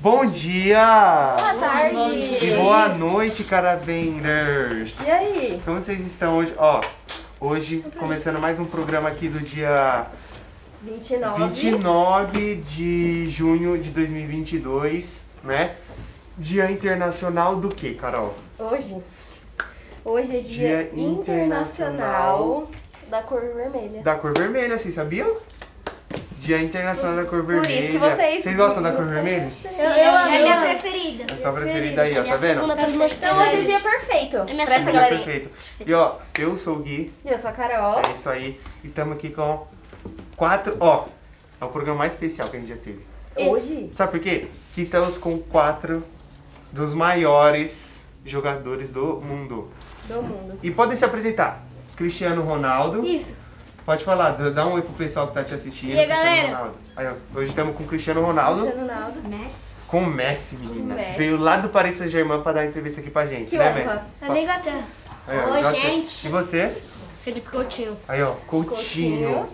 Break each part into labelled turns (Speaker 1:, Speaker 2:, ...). Speaker 1: Bom dia!
Speaker 2: Boa tarde.
Speaker 1: E boa noite, carabenders!
Speaker 2: E aí?
Speaker 1: Como vocês estão hoje? Ó, hoje começando mais um programa aqui do dia
Speaker 2: 29.
Speaker 1: 29 de junho de 2022, né? Dia internacional do que, Carol?
Speaker 2: Hoje. Hoje é dia,
Speaker 1: Dia
Speaker 2: internacional, da cor vermelha.
Speaker 1: Da cor vermelha, vocês sabiam? Dia internacional da cor vermelha.
Speaker 2: isso que vocês-
Speaker 1: gostam da cor vermelha?
Speaker 3: Eu, eu, é a minha preferida.
Speaker 1: É sua preferida aí, ó, tá vendo?
Speaker 2: Então hoje é o dia perfeito.
Speaker 3: minha
Speaker 2: pra essa
Speaker 3: segunda.
Speaker 1: Dia
Speaker 2: galerinha.
Speaker 1: perfeito. E ó, eu sou o Gui,
Speaker 2: E Eu sou a Carol.
Speaker 1: é isso aí. E estamos aqui com quatro. Ó, é o programa mais especial que a gente já teve.
Speaker 3: É.
Speaker 2: Hoje.
Speaker 1: Sabe por quê? Que estamos com quatro dos maiores jogadores do mundo.
Speaker 2: Do mundo.
Speaker 1: E podem se apresentar. Cristiano Ronaldo.
Speaker 3: Isso.
Speaker 1: Pode falar, dá dá um oi pro pessoal que tá te assistindo.
Speaker 3: E aí,
Speaker 1: Cristiano
Speaker 3: galera?
Speaker 1: Ronaldo. Aí, ó, hoje estamos com o Cristiano Ronaldo.
Speaker 2: Cristiano Ronaldo.
Speaker 3: Messi.
Speaker 1: Com o Messi, menina.
Speaker 2: Messi.
Speaker 1: Veio lá do Paris Saint-Germain pra dar entrevista aqui pra gente,
Speaker 2: Que
Speaker 1: né,
Speaker 2: honra.
Speaker 1: Messi?
Speaker 3: Tá na Inglaterra.
Speaker 1: Aí, ó,
Speaker 3: Oi,
Speaker 1: gosta-
Speaker 3: gente.
Speaker 1: E você?
Speaker 3: Felipe Coutinho.
Speaker 1: Aí, ó, Coutinho.
Speaker 2: Coutinho.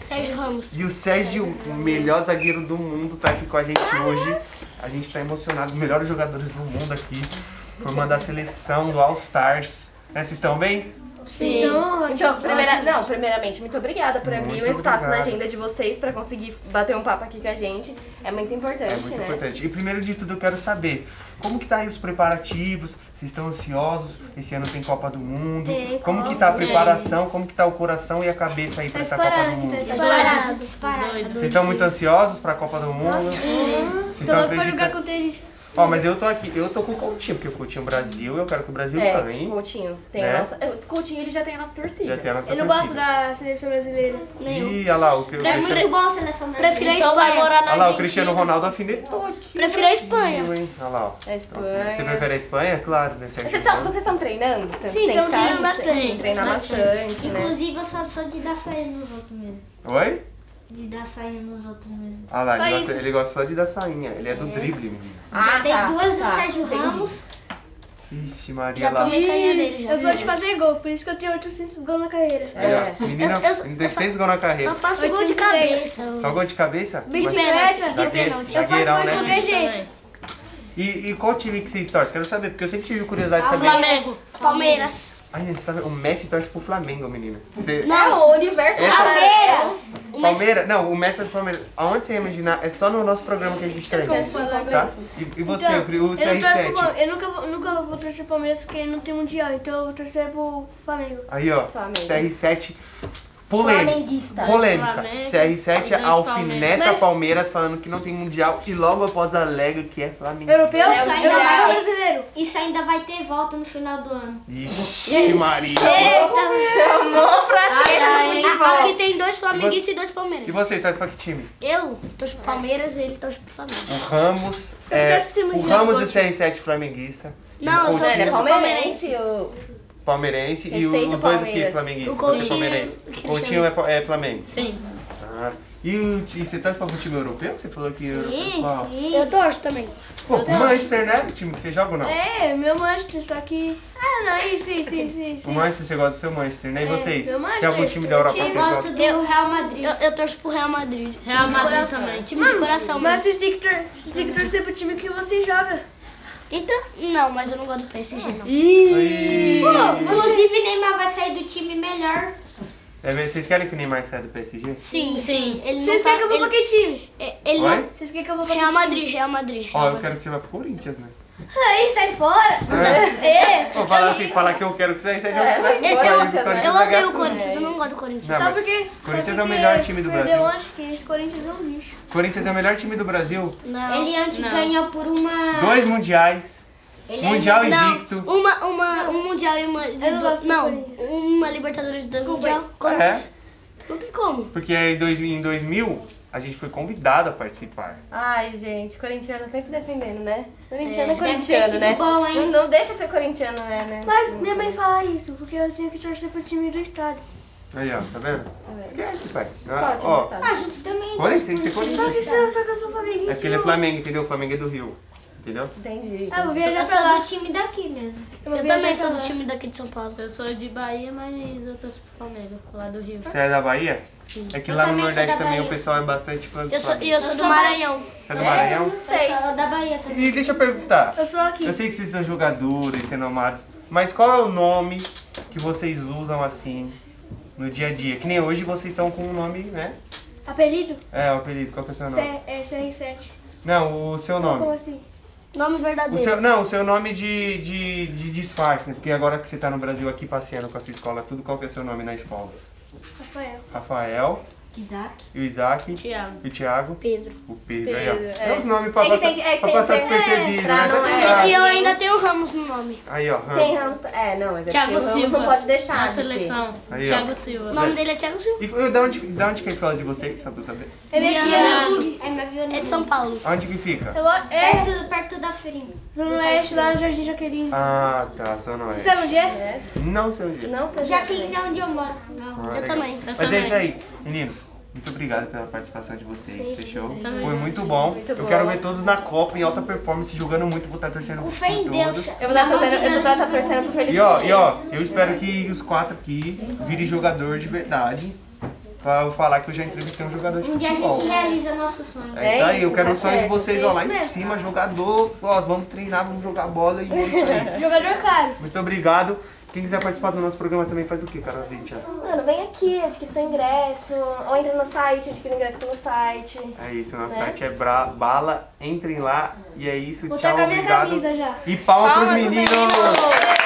Speaker 3: Sérgio Ramos.
Speaker 1: E o Sérgio, o melhor zagueiro do mundo, tá aqui com a gente hoje. A gente tá emocionado, os melhores jogadores do mundo aqui. Formando a seleção do All Stars. Né, vocês estão bem?
Speaker 3: Sim. Então,
Speaker 2: Então, primeira, não, primeiramente, muito obrigada por abrir
Speaker 1: Muito
Speaker 2: o espaço na
Speaker 1: obrigado.
Speaker 2: agenda de vocês pra conseguir bater um papo aqui com a gente. É muito importante,
Speaker 1: É muito
Speaker 2: né?
Speaker 1: importante. E primeiro de tudo eu quero saber, como que tá aí os preparativos? Vocês estão ansiosos? Esse ano tem Copa do Mundo.
Speaker 3: Tem,
Speaker 1: como que tá a preparação? Como que tá o coração e a cabeça aí pra
Speaker 3: Tá
Speaker 1: essa Copa do Mundo?
Speaker 3: é Disparado. Disparado.
Speaker 1: Vocês estão muito ansiosos pra Copa do Mundo? Vocês
Speaker 3: Tô
Speaker 1: estão
Speaker 3: louco pra
Speaker 1: acreditando?
Speaker 3: jogar contra eles.
Speaker 1: Ó, mas eu tô aqui, eu tô com o Coutinho, porque o Coutinho é o Brasil, eu quero que o Brasil
Speaker 2: É,
Speaker 1: ganhe.
Speaker 2: Coutinho. Tem
Speaker 1: Tá Né?
Speaker 2: a nossa, o Coutinho ele já tem a nossa torcida.
Speaker 1: Já tem a nossa
Speaker 3: Eu não
Speaker 1: torcida.
Speaker 3: gosto É da seleção brasileira.
Speaker 1: Ih, olha lá, o, que- o Cristiano-
Speaker 3: bom a seleção brasileira. Então Prefiro a Espanha.
Speaker 1: olha lá, o Cristiano Ronaldo afinetou aqui.
Speaker 3: né? Prefiro a Espanha.
Speaker 1: hein? Olha lá, ó.
Speaker 2: A Espanha.
Speaker 1: Você prefere a Espanha? Claro,
Speaker 3: É
Speaker 1: né? Sérgio?
Speaker 2: Vocês estão- Vocês estão treinando? Tem-
Speaker 3: Sim,
Speaker 2: tem
Speaker 3: tamo
Speaker 2: que
Speaker 3: treinando
Speaker 2: sair, tem que
Speaker 3: bastante.
Speaker 2: Treinar bastante, né?
Speaker 4: Inclusive, eu só sou de dar saia nos outros mesmo.
Speaker 1: Oi?
Speaker 4: De dar saia nos outros mesmo.
Speaker 1: Ah lá,
Speaker 3: Só
Speaker 1: ele
Speaker 3: isso.
Speaker 1: gosta, ele gosta só de dar sainha. Ele é do drible, menino.
Speaker 2: Ah,
Speaker 4: Já dei
Speaker 2: tá,
Speaker 4: duas do
Speaker 2: tá,
Speaker 4: Sérgio
Speaker 2: entendi.
Speaker 4: Ramos.
Speaker 1: Ixi, Maria
Speaker 3: Já
Speaker 1: lá.
Speaker 3: tomei sainha é dele.
Speaker 2: Ixi.
Speaker 3: Eu sou de fazer gol, por isso que eu tenho 800 gols na carreira.
Speaker 1: Aí, ó,
Speaker 2: É.
Speaker 1: Menina,
Speaker 3: Eu- eu-
Speaker 1: ele tem seis gols na carreira.
Speaker 3: Só faço
Speaker 4: Gol de cabeça.
Speaker 1: Só gol de cabeça?
Speaker 3: Bicicleta.
Speaker 1: Mas- Zague-
Speaker 3: Eu faço
Speaker 1: zagueirão, né?
Speaker 3: gol de qualquer jeito.
Speaker 1: E, e qual time que vocês torcem? Quero saber, porque eu sempre tive curiosidade de saber.
Speaker 3: Ah, Flamengo. Palmeiras.
Speaker 1: Ai, menina, você tá vendo? O Messi torce pro Flamengo, menina. Você...
Speaker 2: Não, Tá, o universo
Speaker 1: Essa-
Speaker 3: Palmeiras.
Speaker 1: Palmeiras? Não, o Messi é do Palmeiras. Aonde você ia imaginar? É só no nosso programa que a gente tem. Tá? E, e você,
Speaker 3: Então,
Speaker 1: o Cri- o
Speaker 3: eu, não torço pro
Speaker 1: CR7?
Speaker 3: Palme- eu nunca, vou, nunca vou torcer pro Palmeiras porque não tem mundial, então eu vou torcer pro Flamengo.
Speaker 1: Aí, ó.
Speaker 2: Flamengo.
Speaker 1: CR7. Polêmica.
Speaker 2: flamenguista.
Speaker 1: Polêmica.
Speaker 3: Flamengo,
Speaker 1: CR7
Speaker 3: dois
Speaker 1: é alfineta
Speaker 3: Palmeiras.
Speaker 1: Palmeiras falando que não tem mundial e logo após alega que é Flamengo.
Speaker 3: Europeu?
Speaker 4: É o
Speaker 3: Europeu
Speaker 4: geral.
Speaker 3: ou brasileiro?
Speaker 4: Isso ainda vai ter volta no final do ano.
Speaker 1: Ixi, Maria.
Speaker 2: Chamou pra treta no
Speaker 3: Aqui
Speaker 2: futebol.
Speaker 3: tem dois flamenguistas e dois palmeiras.
Speaker 1: E vocês, torce pra que time?
Speaker 3: Eu torço pro Palmeiras e ele torce pro Flamengo.
Speaker 1: O Ramos.
Speaker 3: não
Speaker 1: é,
Speaker 3: torce pro time
Speaker 1: o
Speaker 3: de
Speaker 1: Ramos e o
Speaker 3: Gotti.
Speaker 1: CR7 flamenguista. E
Speaker 3: Não,
Speaker 1: o
Speaker 3: eu sou-
Speaker 1: Coutinho,
Speaker 2: Ele é
Speaker 3: eu sou
Speaker 2: palmeirense. o-
Speaker 1: palmeirense. E
Speaker 2: Respeita
Speaker 1: o- os
Speaker 2: o
Speaker 1: dois aqui
Speaker 2: Palmeiras.
Speaker 1: flamenguistas.
Speaker 3: O Coutinho
Speaker 1: Você é palmeirense.
Speaker 3: e o
Speaker 1: O Coutinho é, pa- é flamengo.
Speaker 3: Sim.
Speaker 1: Ah, E, o, ti- e você torce pra algum time europeu? Você falou que europeu. Qual?
Speaker 3: Eu torço também.
Speaker 1: Pô, o Manchester, né? O time que você joga ou não?
Speaker 3: É, meu Manchester, só que. Ah, não, isso, isso, isso, é isso.
Speaker 1: O Manchester, você gosta do seu Manchester, né? E vocês?
Speaker 3: É, meu
Speaker 1: Tem
Speaker 3: Manchester.
Speaker 1: algum time da Europa que
Speaker 4: Eu
Speaker 1: você
Speaker 4: gosto
Speaker 1: gosta?
Speaker 4: do Real Madrid.
Speaker 3: Eu, eu torço pro Real Madrid.
Speaker 5: Real Madrid também.
Speaker 3: Time de coração, mas vocês têm, que tor- vocês têm que torcer pro time que você joga. Então, não, mas eu não gosto do PSG, não.
Speaker 1: Ih,
Speaker 4: Inclusive, Neymar vai sair do time melhor.
Speaker 1: é mesmo? Vocês querem que o Neymar saia do PSG?
Speaker 3: Sim,
Speaker 5: Sim.
Speaker 3: Ele não
Speaker 4: Vocês
Speaker 3: tá-
Speaker 4: querem que eu vou
Speaker 3: ele-
Speaker 4: pra que time?
Speaker 3: é- Ele
Speaker 1: Oi?
Speaker 3: não. Vocês querem que eu vou pra Real Madrid, Real Madrid.
Speaker 1: Ó, eu quero que você vá pro Corinthians, né?
Speaker 3: Aí, sai fora! é.
Speaker 1: Pô, falar assim, falar que eu quero que você saia
Speaker 2: É,
Speaker 1: jogar.
Speaker 2: vai
Speaker 3: Eu,
Speaker 2: embora,
Speaker 3: eu,
Speaker 1: mas o Corinthians
Speaker 3: eu
Speaker 1: vai ganhar
Speaker 3: odeio o
Speaker 1: tudo.
Speaker 3: Corinthians, eu não gosto do Corinthians.
Speaker 1: Não,
Speaker 3: Só
Speaker 1: mas
Speaker 3: porque.
Speaker 1: Corinthians
Speaker 3: só
Speaker 1: é o
Speaker 3: porque
Speaker 1: melhor time do
Speaker 3: perdeu
Speaker 1: Brasil.
Speaker 3: ontem, que esse Corinthians é um lixo.
Speaker 1: Corinthians é o melhor time do Brasil.
Speaker 3: Não.
Speaker 4: Ele antes ganhou por uma...
Speaker 1: Dois mundiais. mundial invicto.
Speaker 3: Ah. é Não, uma, uma, um Mundial e uma.
Speaker 4: não gosto do
Speaker 3: Não, uma Libertadores e dois Mundial. Corinthians.
Speaker 1: É,
Speaker 3: Não tem como.
Speaker 1: porque em 2000, em 2000 a gente foi convidado a participar.
Speaker 2: Ai, gente, corintiano sempre defendendo, né? Corintiano é,
Speaker 4: deve ter
Speaker 2: corintiano,
Speaker 4: sido
Speaker 2: né?
Speaker 4: bom, hein?
Speaker 2: Não, não deixa de ser corintiano, né? né?
Speaker 3: Mas minha mãe fala isso, porque eu tenho que torcer pro time do estádio.
Speaker 1: Aí, ó, tá vendo? Esquece, pai. Ah,
Speaker 2: Pode,
Speaker 1: ó,
Speaker 2: sabe?
Speaker 4: A gente também...
Speaker 1: Corinthians tem que ser
Speaker 3: Só que,
Speaker 1: Corinthians.
Speaker 3: só, só que eu sou flamenguista.
Speaker 1: É porque ele é Flamengo, entendeu? O Flamengo é do Rio. entendeu?
Speaker 2: Entendi.
Speaker 3: Ah, eu vou
Speaker 4: Eu
Speaker 3: viajar pra
Speaker 4: sou
Speaker 3: lá.
Speaker 4: do time daqui mesmo.
Speaker 3: vou
Speaker 5: Eu
Speaker 3: viajar
Speaker 5: também
Speaker 3: pra
Speaker 5: sou do
Speaker 3: lá.
Speaker 5: time daqui de São Paulo.
Speaker 6: Eu sou de Bahia, mas eu torço pro Palmeiras, lá do Rio.
Speaker 1: Você é da Bahia? É que
Speaker 4: Eu
Speaker 1: lá no
Speaker 4: também sou
Speaker 1: Nordeste
Speaker 4: da
Speaker 1: também o
Speaker 4: Bahia.
Speaker 1: pessoal é bastante fã do
Speaker 5: Eu sou, e
Speaker 1: Flamengo.
Speaker 5: eu sou do
Speaker 4: sou ba-
Speaker 5: Maranhão.
Speaker 1: Você é do Maranhão?
Speaker 4: Sei. Eu
Speaker 5: é
Speaker 4: sou da Bahia também.
Speaker 1: E deixa eu perguntar.
Speaker 3: Eu sou aqui.
Speaker 1: Eu sei que vocês são jogadores, sendo amados, mas qual é o nome que vocês usam assim no dia a dia? Que nem hoje vocês estão com um nome, né?
Speaker 3: Apelido?
Speaker 1: É, o apelido, qual que é o seu nome?
Speaker 3: C- é CR7.
Speaker 1: Não, o seu
Speaker 3: Como
Speaker 1: nome.
Speaker 3: assim?
Speaker 5: Nome
Speaker 1: O
Speaker 5: verdadeiro.
Speaker 1: seu, não, o seu nome de, de, de disfarce, né? Porque agora que você tá no Brasil aqui passeando com a sua escola, tudo, qual que é o seu nome na escola?
Speaker 3: Rafael.
Speaker 1: Rafael,
Speaker 4: Isaac.
Speaker 1: e o Isaac,
Speaker 6: Tiago.
Speaker 1: o Thiago,
Speaker 5: Pedro.
Speaker 1: o Pedro. aí, ó.
Speaker 2: Pedro,
Speaker 1: É
Speaker 2: é.
Speaker 1: os nomes pra
Speaker 2: É que
Speaker 1: passar,
Speaker 2: tem que- é que
Speaker 1: pra
Speaker 2: tem que
Speaker 1: passar
Speaker 2: ser-
Speaker 1: despercebido,
Speaker 2: é, pra
Speaker 1: né?
Speaker 2: não
Speaker 1: Ah,
Speaker 5: E eu ainda tenho Ramos no nome.
Speaker 1: Aí, ó,
Speaker 2: Tem
Speaker 1: Ramos.
Speaker 2: Ramos. É, não, mas é
Speaker 6: Thiago
Speaker 2: porque o Ramos
Speaker 6: Silva.
Speaker 2: não pode deixar.
Speaker 6: Na
Speaker 2: de ter.
Speaker 6: seleção.
Speaker 1: Aí, ó.
Speaker 6: Thiago Silva.
Speaker 5: O nome dele é Thiago Silva.
Speaker 1: E e da onde, da onde que é a escola de vocês, só pra eu saber?
Speaker 3: É minha filha.
Speaker 4: É minha
Speaker 5: É de
Speaker 4: violência.
Speaker 5: São Paulo.
Speaker 1: Onde que fica?
Speaker 3: Eu vou... É,
Speaker 4: Perto, perto da feirinha.
Speaker 3: Zona Oeste, lá no Jardim Jaqueline.
Speaker 1: Ah, tá, Zona
Speaker 3: Você
Speaker 1: Oeste.
Speaker 3: sabe onde é?
Speaker 1: Não sei onde é.
Speaker 2: Não seja.
Speaker 4: Já tem onde eu moro. Não.
Speaker 1: Ah,
Speaker 5: Eu
Speaker 1: legal.
Speaker 5: também.
Speaker 6: Eu
Speaker 1: Mas é
Speaker 6: também.
Speaker 1: isso aí, meninos. Muito obrigado pela participação de vocês, fechou?
Speaker 6: Também.
Speaker 1: Foi muito bom. Eu
Speaker 2: bom.
Speaker 1: quero ver todos na Copa, em alta performance, jogando muito, vou estar torcendo
Speaker 4: Com
Speaker 1: por
Speaker 4: fé em
Speaker 1: todos.
Speaker 4: Deus.
Speaker 2: Eu vou estar torcendo, eu vou estar torcendo pro Felipe.
Speaker 1: E ó, e ó, eu espero que os quatro aqui virem jogador de verdade. Pra eu falar que eu já entrevistei um jogador de
Speaker 4: Um dia a
Speaker 1: futebol.
Speaker 4: gente realiza nosso sonho.
Speaker 1: É isso aí, eu
Speaker 2: É
Speaker 1: quero o
Speaker 2: isso, tá
Speaker 1: sonho de
Speaker 2: certo.
Speaker 1: vocês, ó, lá em cima, jogador. Ó, vamos treinar, vamos jogar bola e é isso aí.
Speaker 3: Jogador caro.
Speaker 1: Muito obrigado. Quem quiser participar do nosso programa também faz o quê, Carolzinha?
Speaker 2: Mano, vem aqui, adquire seu ingresso. Ou entra no site, adquire o ingresso pelo site.
Speaker 1: É isso, nosso site é bra bala, entrem lá. E é isso,
Speaker 3: Vou
Speaker 1: tchau,
Speaker 3: tacar minha
Speaker 1: obrigado.
Speaker 3: camisa já.
Speaker 1: E palma pros meninos!
Speaker 2: meninos!